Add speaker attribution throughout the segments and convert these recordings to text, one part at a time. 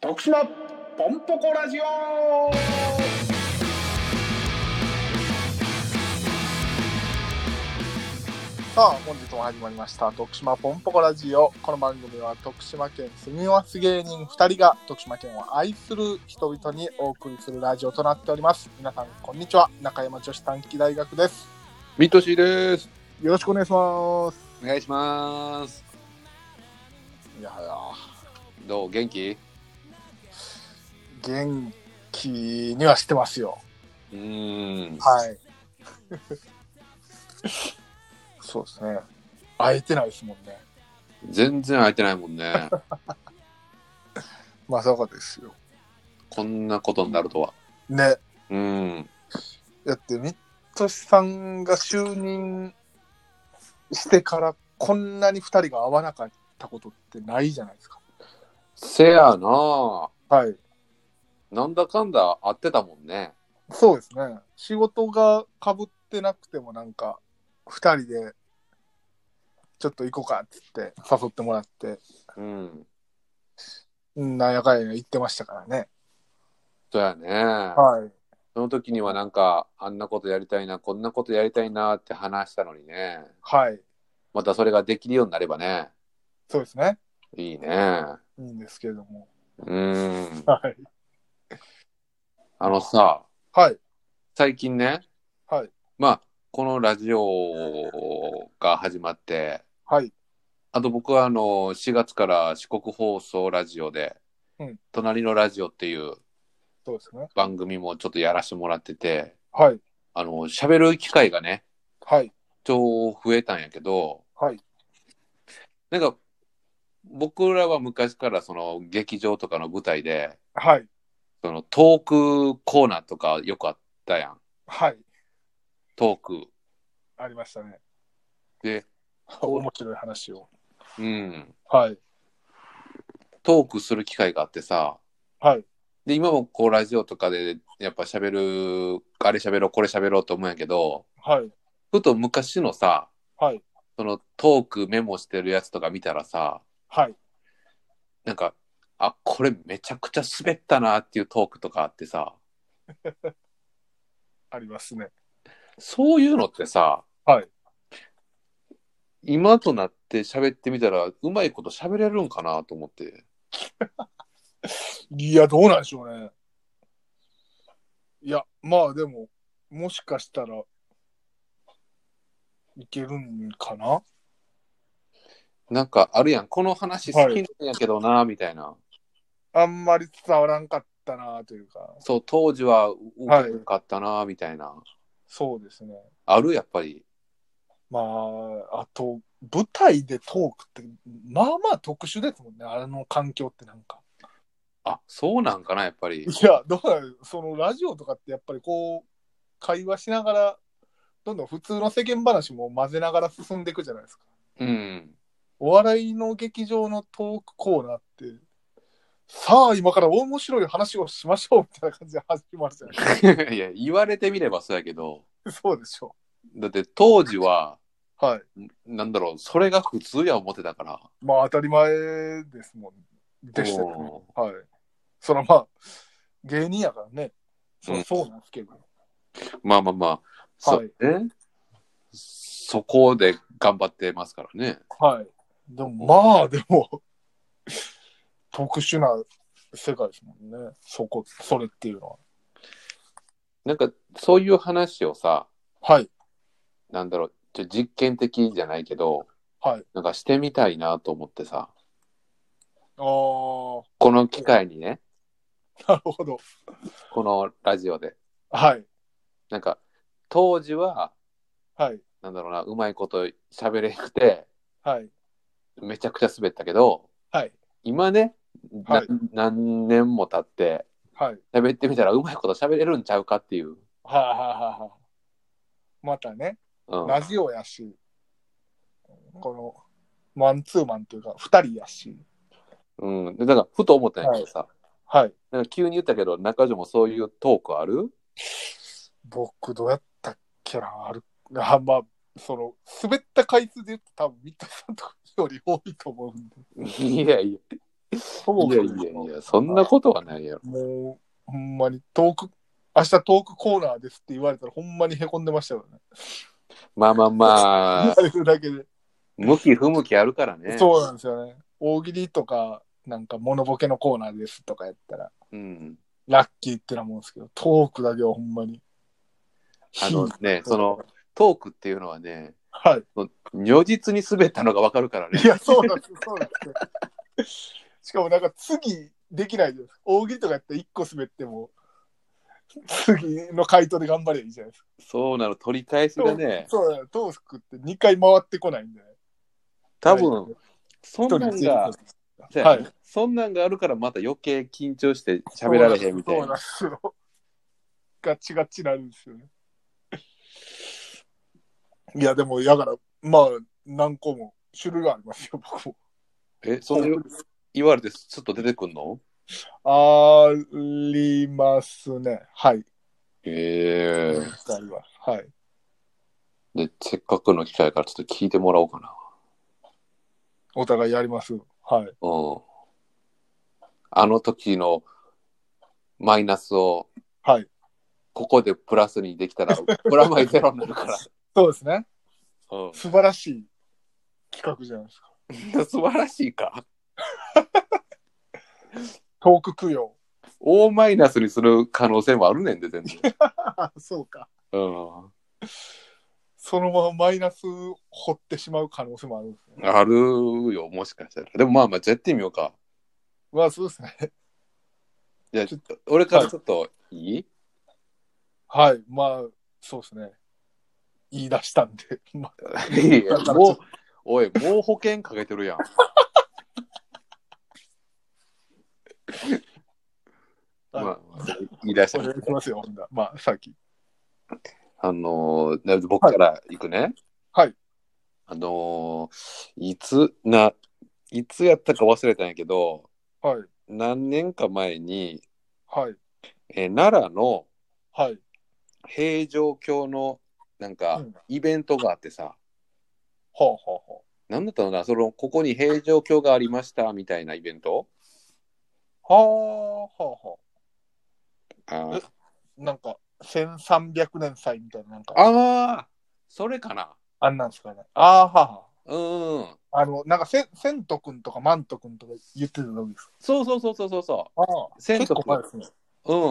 Speaker 1: 徳島ポンポコラジオ
Speaker 2: さあ本日も始まりました徳島ポンポコラジオこの番組は徳島県住みます芸人2人が徳島県を愛する人々にお送りするラジオとなっております皆さんこんにちは中山女子短期大学です
Speaker 3: ミトシです。
Speaker 2: よろしくお願いします
Speaker 3: お願いします。
Speaker 2: いや
Speaker 3: どう元気？
Speaker 2: いや元気にはしてますよ
Speaker 3: うーん。
Speaker 2: はい そうですね会えてないですもんね
Speaker 3: 全然空いてないも んね。
Speaker 2: まさかですよ
Speaker 3: こんなことになるとは。
Speaker 2: ね
Speaker 3: うーん。
Speaker 2: だってミットシさんが就任してからこんなに2人が会わなかったことってないじゃないですか
Speaker 3: せやな。
Speaker 2: はい
Speaker 3: なんだかんだ会ってたもんね。
Speaker 2: そうですね仕事がかぶってなくてもなんか2人でちょっと行こうかっつって誘ってもらって
Speaker 3: うん。
Speaker 2: うんなんやかんや行ってましたからね
Speaker 3: そうやね。
Speaker 2: はい
Speaker 3: その時にはなんかあんなことやりたいな、こんなことやりたいなって話したのにね。
Speaker 2: はい
Speaker 3: またそれができるようになればね。
Speaker 2: そうですね
Speaker 3: いいね。
Speaker 2: いいんですけれども
Speaker 3: うーん。
Speaker 2: はい
Speaker 3: あのさ、
Speaker 2: はい
Speaker 3: 最近ね。
Speaker 2: はい
Speaker 3: まあこのラジオが始まって。
Speaker 2: はい
Speaker 3: あと僕はあの4月から四国放送ラジオで
Speaker 2: うん
Speaker 3: 「隣のラジオ」っていう
Speaker 2: そうですね
Speaker 3: 番組もちょっとやらせてもらってて
Speaker 2: はい
Speaker 3: あの喋る機会がね
Speaker 2: はい
Speaker 3: 超増えたんやけど
Speaker 2: はい
Speaker 3: なんか僕らは昔からその劇場とかの舞台で
Speaker 2: はい
Speaker 3: そのトークコーナーとかよくあったやん
Speaker 2: はい
Speaker 3: トーク
Speaker 2: ありましたね
Speaker 3: で
Speaker 2: 面白い話を
Speaker 3: うん
Speaker 2: はい
Speaker 3: トークする機会があってさ
Speaker 2: はい
Speaker 3: で今もこうラジオとかでやっぱ喋るあれ喋ろうこれ喋ろうと思うんやけど
Speaker 2: はい
Speaker 3: ふと昔のさ、
Speaker 2: はい
Speaker 3: そのトークメモしてるやつとか見たらさ、
Speaker 2: はい
Speaker 3: なんか、あ、これめちゃくちゃ滑ったなっていうトークとかあってさ、
Speaker 2: ありますね
Speaker 3: そういうのってさ、
Speaker 2: はい
Speaker 3: 今となって喋ってみたら、うまいこと喋れるんかなと思って。
Speaker 2: いやどうなんでしょうねいやまあでももしかしたらいけるんかな
Speaker 3: なんかあるやん、この話好きなんやけどな、みたいな。
Speaker 2: あんまり伝わらんかったなというか
Speaker 3: そう、当時は受けなかったな、みたいな。
Speaker 2: そうですね
Speaker 3: あるやっぱり。
Speaker 2: まああと舞台でトークってまあまあ特殊ですもんねあの環境ってなんか
Speaker 3: あ、そうなんかな、やっぱり。
Speaker 2: いや、どうなるそのラジオとかってやっぱりこう、会話しながら、どんどん普通の世間話も混ぜながら進んでいくじゃないですか。
Speaker 3: うん。
Speaker 2: お笑いの劇場のトークコーナーって、さあ今から面白い話をしましょうみたいな感じで始まるじゃない です
Speaker 3: いや、言われてみればそうやけど、
Speaker 2: か。そうでしょ
Speaker 3: だって当時は、
Speaker 2: う。はい。
Speaker 3: なんだろう、それが普通や思ってたから。
Speaker 2: まあ当たり前ですもん。でしたよね。
Speaker 3: うん
Speaker 2: はい。そらまあ、芸人やからね。そううんそうなんですけど。
Speaker 3: まあまあまあ、そ
Speaker 2: は
Speaker 3: う
Speaker 2: い
Speaker 3: ね。そこで頑張ってますからね。
Speaker 2: はい。でも、まあ、でも、特殊な世界ですもんね。そこ、それっていうのは。
Speaker 3: なんか、そういう話をさ、
Speaker 2: はい。
Speaker 3: なんだろう、ちょ実験的じゃないけど、
Speaker 2: はい。
Speaker 3: なんかしてみたいなと思ってさ、
Speaker 2: あー、
Speaker 3: この機会にね、
Speaker 2: なるほど。
Speaker 3: このラジオで、
Speaker 2: はい。
Speaker 3: なんか、当時は、
Speaker 2: はい。
Speaker 3: なんだろうな、うまいこと喋れなくて、
Speaker 2: はい。
Speaker 3: めちゃくちゃ滑ったけど、
Speaker 2: はい。
Speaker 3: 今ね、な
Speaker 2: はい
Speaker 3: 何年も経って
Speaker 2: はい。はい。
Speaker 3: 喋ってみたらうまいこと喋れるんちゃうかっていう、
Speaker 2: はいはいはい。またね、
Speaker 3: うん、
Speaker 2: ラジオやし、この、マンツーマンというか、二人やし。
Speaker 3: うん、でだからふと思ったんやけどさ、
Speaker 2: はい。
Speaker 3: なんか急に言ったけど中条もそういうトークあ る
Speaker 2: 僕、どうやったっけな、ある、あまあ、その、滑った回数で言うと多分、三田さんとかより多いと思うんで。
Speaker 3: いやいや
Speaker 2: そ
Speaker 3: いやいやいや、そんなことはないやろ。
Speaker 2: もう、ほんまに、トーク、明日トークコーナーですって言われたら、ほんまにへこんでましたよね。
Speaker 3: まあまあまあ、
Speaker 2: あれだけで。
Speaker 3: 向き不向きあるからね。
Speaker 2: そうなんですよね。大喜利とか、なんか、モノボケのコーナーですとかやったら、
Speaker 3: うん。
Speaker 2: ラッキーってなもんですけど、トークだけはほんまに。
Speaker 3: あの ね、その、トークっていうのはね、
Speaker 2: はい。
Speaker 3: 如実に滑ったのがわかるからね
Speaker 2: い。や、そうなんですよ、そうなんですよ。しかもなんか、次、できないじゃないですか。大喜利とかやったら1個滑っても、次の回答で頑張ればいいじゃないですか。
Speaker 3: そうなの、取り返しがね、
Speaker 2: そうなの、トークって2回回ってこないんで、ね。
Speaker 3: 多分、そんなん
Speaker 2: 一人で
Speaker 3: が、せや
Speaker 2: はい
Speaker 3: そんなんがあるからまた余計緊張して喋られへんみたいな。
Speaker 2: そうなんですよ。ガチガチになるんですよね。いや、でも、やから、まあ、何個も種類がありますよ、僕も。
Speaker 3: え、その言われてちょっと出てくんの
Speaker 2: ありますね。はい。
Speaker 3: ええ
Speaker 2: あります。はい。
Speaker 3: で、せっかくの機会からちょっと聞いてもらおうかな。
Speaker 2: お互いやります。はい。
Speaker 3: うん。あの時のマイナスを、
Speaker 2: はい。
Speaker 3: ここでプラスにできたら、プラマイゼロになるから。
Speaker 2: そうですね。
Speaker 3: うん。
Speaker 2: 素晴らしい企画じゃないですか。
Speaker 3: 素晴らしいか。
Speaker 2: トーク供養。
Speaker 3: 大マイナスにする可能性もあるねんで、全然。
Speaker 2: あ そうか。
Speaker 3: うん。
Speaker 2: そのままマイナス掘ってしまう可能性もあるんですね。
Speaker 3: あるよ、もしかしたら。でもまあまあ、じゃあやってみようか。
Speaker 2: まあ、そうですね。
Speaker 3: じゃあ、ちょっと、俺からちょっと、いい
Speaker 2: はい。まあ、そうですね。言い出したんで。 まあ、
Speaker 3: いやいやもう、おい、もう保険かけてる やん。
Speaker 2: はい
Speaker 3: まあ、言い出し
Speaker 2: お
Speaker 3: た
Speaker 2: 願いしますよ、 ほんならまあ、さっき。
Speaker 3: あのー、で僕から行くね。
Speaker 2: はい。
Speaker 3: あのー、いつ、な、いつやったか忘れたんやけど、
Speaker 2: はい。
Speaker 3: 何年か前に、
Speaker 2: はい。
Speaker 3: えー奈良の
Speaker 2: はい。
Speaker 3: 平城京の、なんか
Speaker 2: うん、
Speaker 3: イベントがあってさ、
Speaker 2: ほうほうほ
Speaker 3: なんだったのかな、その、ここに平城京がありました、みたいなイベント
Speaker 2: う。はあ、はあ、は
Speaker 3: あー
Speaker 2: あ。なんか、1300年祭みたいな、なんか、あ
Speaker 3: あーそれかな。
Speaker 2: んなんですかね。ああ、はあは
Speaker 3: うん。
Speaker 2: あ。あの、なんかせ、せんとくんとかまんとくんとか言ってた時です。
Speaker 3: そうそうそうそうそうそ
Speaker 2: ああ、
Speaker 3: せん
Speaker 2: 結
Speaker 3: と
Speaker 2: 構
Speaker 3: くん
Speaker 2: 前ですね。
Speaker 3: う。うん。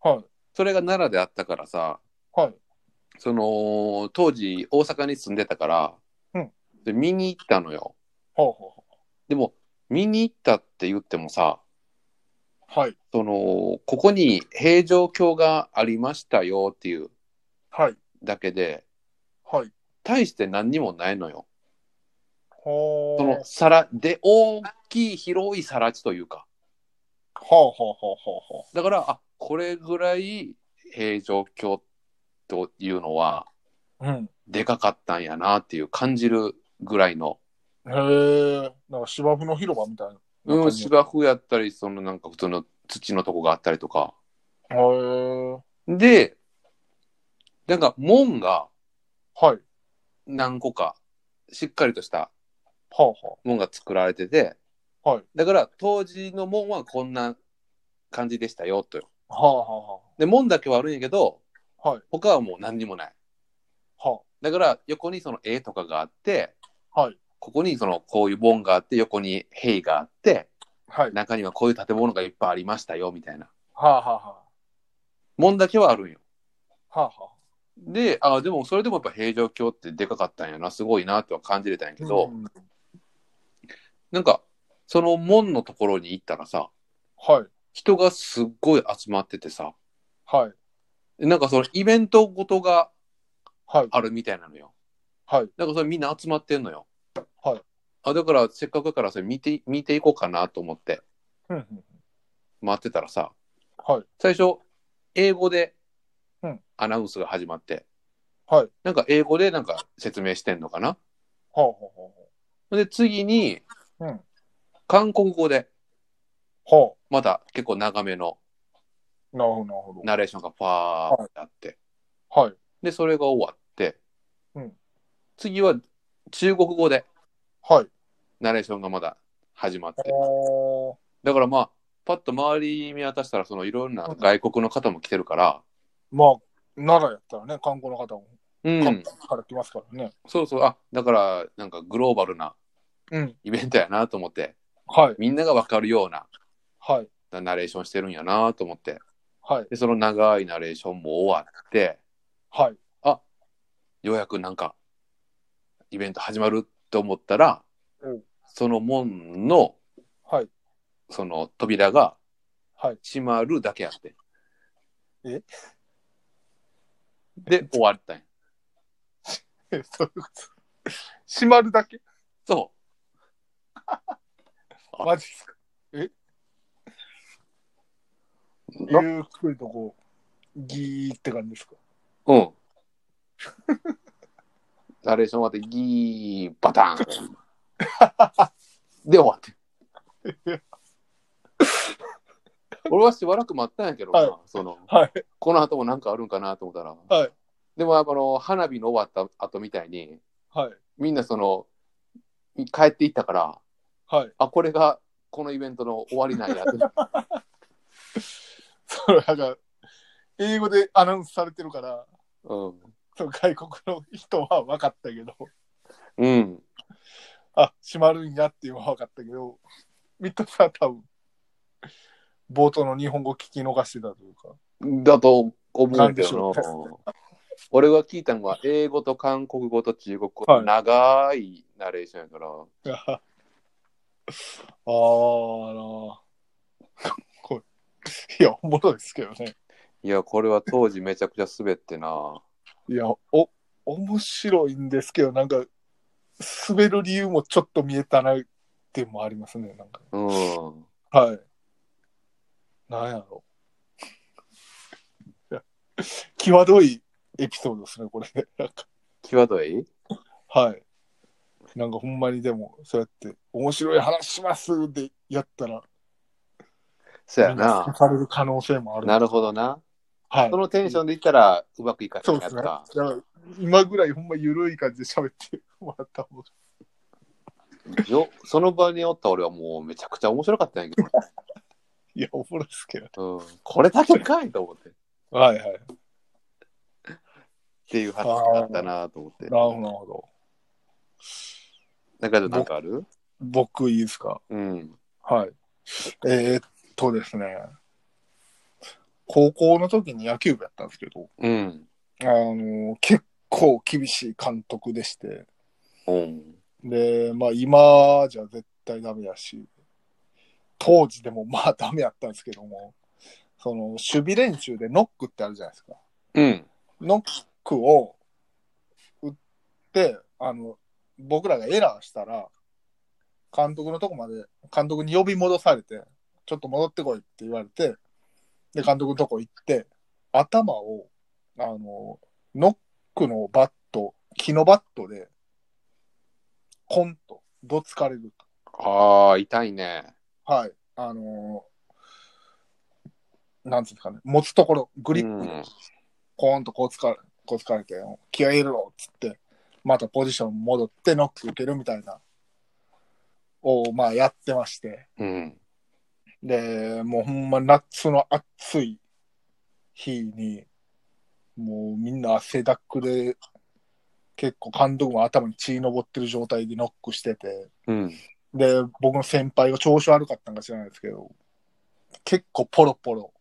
Speaker 2: はい。
Speaker 3: それが奈良であったからさ、
Speaker 2: はい。
Speaker 3: その当時大阪に住んでたから、
Speaker 2: うん
Speaker 3: で見に行ったのよ
Speaker 2: ほうほうほ
Speaker 3: でも見に行ったって言ってもさ
Speaker 2: う。はい。
Speaker 3: そのここに平城京がありましたよっていう
Speaker 2: はい。
Speaker 3: だけで
Speaker 2: はい。
Speaker 3: 大して何にもないのよ
Speaker 2: ほう。
Speaker 3: その皿で大きい広い皿地というか
Speaker 2: ほうほうほうほうほ
Speaker 3: だからあこれぐらい平城京というのは
Speaker 2: う。うん。
Speaker 3: でかかったんやなっていう感じるぐらいの
Speaker 2: へえ。なんか芝生の広場みたいな。
Speaker 3: うん、芝生やったり、そのなんか普通の土のとこがあったりとか。
Speaker 2: へえ。
Speaker 3: で、なんか門が
Speaker 2: はい。
Speaker 3: 何個か、しっかりとした
Speaker 2: ほうほ
Speaker 3: 門が作られてて、
Speaker 2: はい
Speaker 3: だから当時の門はこんな感じでしたよ、と。
Speaker 2: う。はあはあは
Speaker 3: で、門だけはあるんやけど、
Speaker 2: あ。はい。
Speaker 3: 他はもう何にもない。
Speaker 2: は
Speaker 3: だから横にその絵とかがあって、
Speaker 2: あ。はい。
Speaker 3: ここにそのこういう門があって、横に塀があって、
Speaker 2: はい。
Speaker 3: 中にはこういう建物がいっぱいありましたよ、みたいな。
Speaker 2: はあはあはあ。
Speaker 3: 門だけはあるんよ。
Speaker 2: はあは
Speaker 3: で、あでもそれでもやっぱ平城京ってでかかったんやな、すごいなとは感じれたんや
Speaker 2: あ。
Speaker 3: けど、
Speaker 2: うん
Speaker 3: なんか、その門のところに行ったらさ、
Speaker 2: はい。
Speaker 3: 人がすっごい集まっててさ、
Speaker 2: はい。
Speaker 3: なんかそのイベントごとが
Speaker 2: はい。
Speaker 3: あるみたいなのよ。
Speaker 2: はい。
Speaker 3: なんかそれみんな集まってんのよ。
Speaker 2: はい。
Speaker 3: あだからせっかくだからそれ見て、見ていこうかなと思って
Speaker 2: うんうん
Speaker 3: 待ってたらさ、
Speaker 2: はい。
Speaker 3: 最初、英語で
Speaker 2: うん
Speaker 3: アナウンスが始まって、
Speaker 2: はい。
Speaker 3: なんか英語でなんか説明してんのかな。
Speaker 2: はあはあは
Speaker 3: で、次に
Speaker 2: あ。うん。
Speaker 3: 韓国語で、
Speaker 2: は
Speaker 3: まだ結構長めの
Speaker 2: あ。なるほど、なるほど。
Speaker 3: ナレーションがパーってあって、
Speaker 2: はい。
Speaker 3: で、それが終わって、
Speaker 2: うん
Speaker 3: 次は中国語で
Speaker 2: はい。
Speaker 3: ナレーションがまだ始まって。
Speaker 2: おー
Speaker 3: だからまあ、パッと周り見渡したら、そのいろんな外国の方も来てるから、
Speaker 2: まあ、奈良やったらね、観光の方も、
Speaker 3: う
Speaker 2: 韓
Speaker 3: ん、
Speaker 2: 国から来ますからね。
Speaker 3: そうそう、あ、だから、なんかグローバルな
Speaker 2: うん。
Speaker 3: イベントやなと思って、
Speaker 2: はい、
Speaker 3: みんながわかるような
Speaker 2: はい、
Speaker 3: ナレーションしてるんやなと思って、
Speaker 2: はい、
Speaker 3: で、その長いナレーションも終わって、
Speaker 2: はい、
Speaker 3: ようやくなんか、イベント始まると思ったら
Speaker 2: うん、
Speaker 3: その門の、
Speaker 2: はい。
Speaker 3: その扉が
Speaker 2: はい
Speaker 3: 閉まるだけやって。
Speaker 2: え
Speaker 3: で、終わったんや。
Speaker 2: えそういうこと閉まるだけ
Speaker 3: そう。あ
Speaker 2: マジですかえ
Speaker 3: な
Speaker 2: ゆっくりとこう、ギーって感じですか
Speaker 3: うん。ナレーション終わって、ギー、バターン。で、終わって。 俺はしばらく待ったんやけどな、
Speaker 2: はい
Speaker 3: その、
Speaker 2: はい
Speaker 3: この後もなんかあるんかなと思ったら、
Speaker 2: はい
Speaker 3: でもやっぱあの花火の終わった後みたいに、
Speaker 2: はい、
Speaker 3: みんなその、帰っていったから、
Speaker 2: はい。
Speaker 3: あ、これがこのイベントの終わりなんやって。
Speaker 2: それなんか、英語でアナウンスされてるから、
Speaker 3: うん。
Speaker 2: その外国の人は分かったけど、
Speaker 3: うん。
Speaker 2: あ、閉まるんやっていうのは分かったけど、ミッドさんは多分、冒頭の日本語聞き逃してたというか。
Speaker 3: だと思
Speaker 2: な
Speaker 3: うん
Speaker 2: で
Speaker 3: け
Speaker 2: しょ
Speaker 3: ど
Speaker 2: う
Speaker 3: な。俺が聞いたのは、英語と韓国語と中国語
Speaker 2: は
Speaker 3: の
Speaker 2: い
Speaker 3: 長いナレーションやから、
Speaker 2: ああーなこいや、おもろいですけどね。
Speaker 3: いや、これは当時めちゃくちゃ滑ってな。
Speaker 2: いや、お、面白いんですけど、なんか、滑る理由もちょっと見えたなっていうのもありますね、なんか。
Speaker 3: うん。
Speaker 2: はい。なんやろう。いや 際どいエピソードですね、これ。なんか
Speaker 3: 際どい
Speaker 2: はい。なんかほんまにでも、そうやって、面白い話しますってやったら、
Speaker 3: そうや
Speaker 2: なんか
Speaker 3: な
Speaker 2: 刺。される可能性もある。
Speaker 3: なるほどな。
Speaker 2: はい
Speaker 3: そ。のテンションでいったら、うまくいかな
Speaker 2: そう
Speaker 3: い
Speaker 2: で
Speaker 3: や
Speaker 2: す
Speaker 3: つ
Speaker 2: ね。だか
Speaker 3: か。
Speaker 2: ら今ぐらいほんま緩い感じで喋ってもらった方が。
Speaker 3: よその場におった俺はもうめちゃくちゃ面白かったんやけ
Speaker 2: いや、おもろいですけど。
Speaker 3: ど、うん、これだけかいと思って。っ
Speaker 2: はいはい。なる
Speaker 3: ていう話だったなと思って。
Speaker 2: ほど、なるほど。
Speaker 3: 中条なんかある
Speaker 2: 僕いいですか
Speaker 3: うん。
Speaker 2: はい。えーっとですね。高校の時に野球部やったんですけど、
Speaker 3: うん。
Speaker 2: あの、結構厳しい監督でして、
Speaker 3: うん。
Speaker 2: で、まあ今じゃ絶対ダメだし、当時でもまあダメやったんですけども、その、守備練習でノックってあるじゃないですか。
Speaker 3: うん。
Speaker 2: ノックを打って、あの、僕らがエラーしたら、監督のとこまで、監督に呼び戻されて、ちょっと戻ってこいって言われて、で、監督のとこ行って、頭を、あの、ノックのバット、木のバットで、コンと、どつかれる。
Speaker 3: ああ、痛いね。
Speaker 2: はい。あのなんていうんですかね、持つところ、グリップ
Speaker 3: うん
Speaker 2: コーンとこうつかこうつかれて、気合い入れろっつって、またポジション戻ってノック受けるみたいな、を、まあやってまして。
Speaker 3: うん。
Speaker 2: で、もうほんま夏の暑い日に、もうみんな汗だくで、結構監督も頭に血のぼってる状態でノックしてて、
Speaker 3: うん。
Speaker 2: で、僕の先輩が調子悪かったんか知らないですけど、結構ポロポロ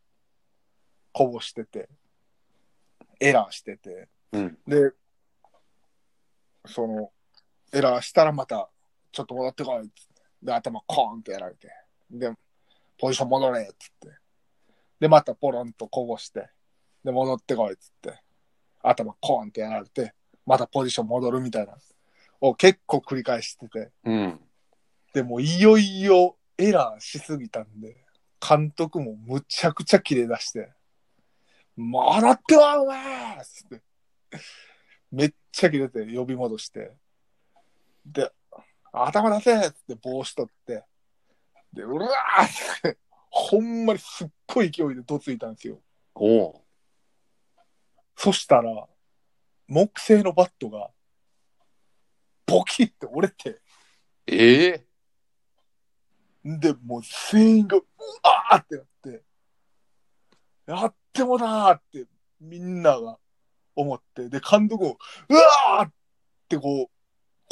Speaker 2: こぼしてて、エラーしてて、
Speaker 3: うん。
Speaker 2: で、その、エラーしたらまた、ちょっと戻ってこいっつって、で、頭コーンってやられて、で、ポジション戻れっつって、で、またポロンとこぼして、で、戻ってこいっつって、頭コーンってやられて、またポジション戻るみたいな、を結構繰り返してて、
Speaker 3: うん。
Speaker 2: でもいよいよエラーしすぎたんで、監督もむちゃくちゃ切れ出して、もう洗ってはお前っつって、めっちゃ切れて呼び戻して、で、頭出せっつって帽子取って、で、うわーっつって、ほんまにすっごい勢いでどついたんですよ。
Speaker 3: おう。
Speaker 2: そしたら、木製のバットが、ボキって折れて、
Speaker 3: ええ
Speaker 2: で、もう全員が、うわーってなって、やってもなーって、みんなが思って、で、監督も、うわーってこう、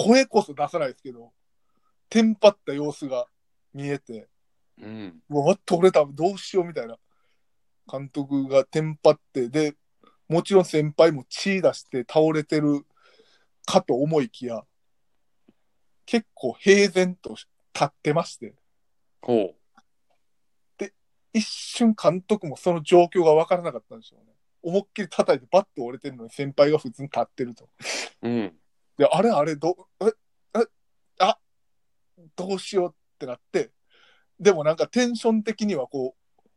Speaker 2: 声こそ出さないですけど、テンパった様子が見えて、
Speaker 3: うん。
Speaker 2: うわ、取れた、どうしようみたいな。監督がテンパって、で、もちろん先輩も血出して倒れてるかと思いきや、結構平然と立ってまして、
Speaker 3: ほ
Speaker 2: 一瞬監督もその状況が分からなかったんでしょうね。思いっきり叩いてバッと折れてるのに先輩が普通に立ってると。
Speaker 3: う。うん。
Speaker 2: で、あれあれ、ど、え、え、あ、どうしようってなって、でもなんかテンション的にはこう、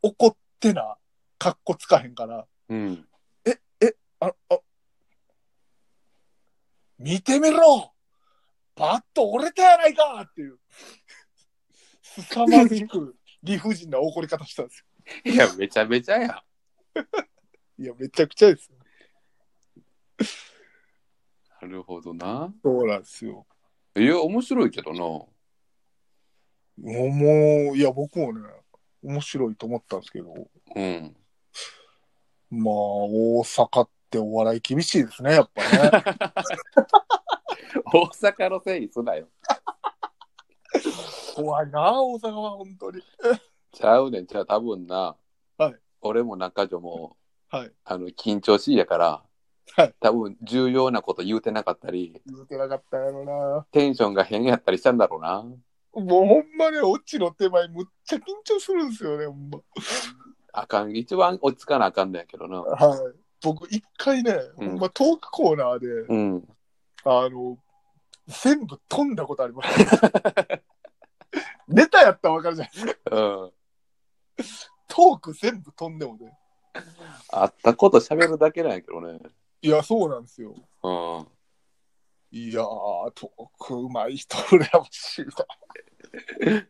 Speaker 2: 怒ってな、格好つかへんから、
Speaker 3: うん。
Speaker 2: あ、あ、見てみろバッと折れたやないかっていう、凄まじく理不尽な怒り方したんですよ。
Speaker 3: いや、めちゃめちゃや。
Speaker 2: いや、めちゃくちゃですよ。
Speaker 3: なるほどな。
Speaker 2: そうなんですよ。
Speaker 3: いや、面白いけどな。
Speaker 2: もう、もういや、僕もね、面白いと思ったんですけど、
Speaker 3: うん。
Speaker 2: まあ、大阪ってお笑い厳しいですね、やっぱ ね。
Speaker 3: 大阪のせいにすなよ。
Speaker 2: 怖いな、大阪は本当に。
Speaker 3: ちゃうねん、じゃあ多分な。
Speaker 2: はい
Speaker 3: 俺も中条も、
Speaker 2: はい。
Speaker 3: あの、緊張しいやから、
Speaker 2: はい
Speaker 3: 多分重要なこと言うてなかったり、
Speaker 2: 言うてなかったやろな。
Speaker 3: テンションが変やったりしたんだろうな。
Speaker 2: もうほんまね、オチの手前、むっちゃ緊張するんですよね、ほんま。
Speaker 3: あかん、一番落ち着かなあかんねやけどな。
Speaker 2: はい。僕、一回ね、
Speaker 3: うん
Speaker 2: ほんまトークコーナーで、
Speaker 3: うん。
Speaker 2: あの、全部飛んだことあ ります。ネタやったらわかるじゃん。
Speaker 3: うん。
Speaker 2: トーク全部飛んでもね。
Speaker 3: あったこと喋るだけなんやけどね。
Speaker 2: いや、そうなんですよ。
Speaker 3: うん。
Speaker 2: いやー、トークうまい人、羨ましいな。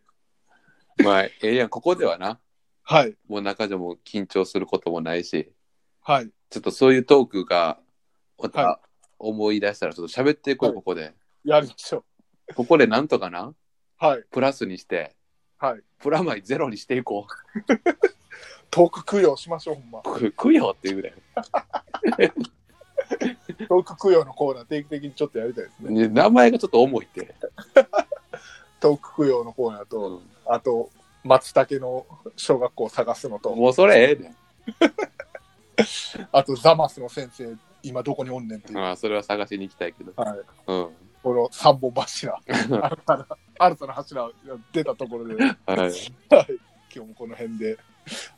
Speaker 3: まあ、ええやん、ここではな。
Speaker 2: はい、
Speaker 3: もう中条も緊張することもないし、
Speaker 2: はい。
Speaker 3: ちょっとそういうトークが、ま
Speaker 2: は
Speaker 3: た思い出したら、ちょっと喋っていこう、
Speaker 2: はい
Speaker 3: ここで。
Speaker 2: やりましょう。
Speaker 3: ここでなんとかな、
Speaker 2: はい、
Speaker 3: プラスにして、
Speaker 2: はい。
Speaker 3: プラマイゼロにしていこ
Speaker 2: トーク供養しましょう、ほんま。
Speaker 3: う。くくよっていうぐらい。
Speaker 2: トーク供養のコーナー定期的にちょっとやりたいです
Speaker 3: ね
Speaker 2: ね。
Speaker 3: 名前がちょっと重いって。
Speaker 2: トーク供養のコーナーと、
Speaker 3: うん
Speaker 2: あと、松茸の小学校を探すのと、
Speaker 3: もうそれええね
Speaker 2: あと、ザマスの先生、今どこにおんねんってい
Speaker 3: ん。
Speaker 2: う、
Speaker 3: うん、それは探しに行きたいけど。
Speaker 2: はい、
Speaker 3: うん。
Speaker 2: この三本 柱、新たな新たな柱が出たところで、はい、
Speaker 3: はい。
Speaker 2: 今日もこの辺で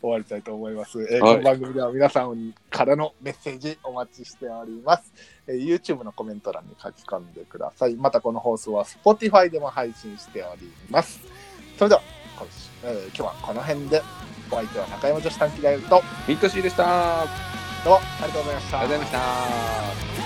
Speaker 2: 終わりたいと思います。えー
Speaker 3: はい
Speaker 2: この番組では皆さんからのメッセージお待ちしております、えー YouTube のコメント欄に書き込んでください。またこの放送は Spotify でも配信しております。それでは今週、えー今日はこの辺で、お相手は中山女子短期大学と、ど
Speaker 3: ミッドシーでした。あ
Speaker 2: うもありがとうございました
Speaker 3: りがとうございまし
Speaker 4: 「
Speaker 3: た。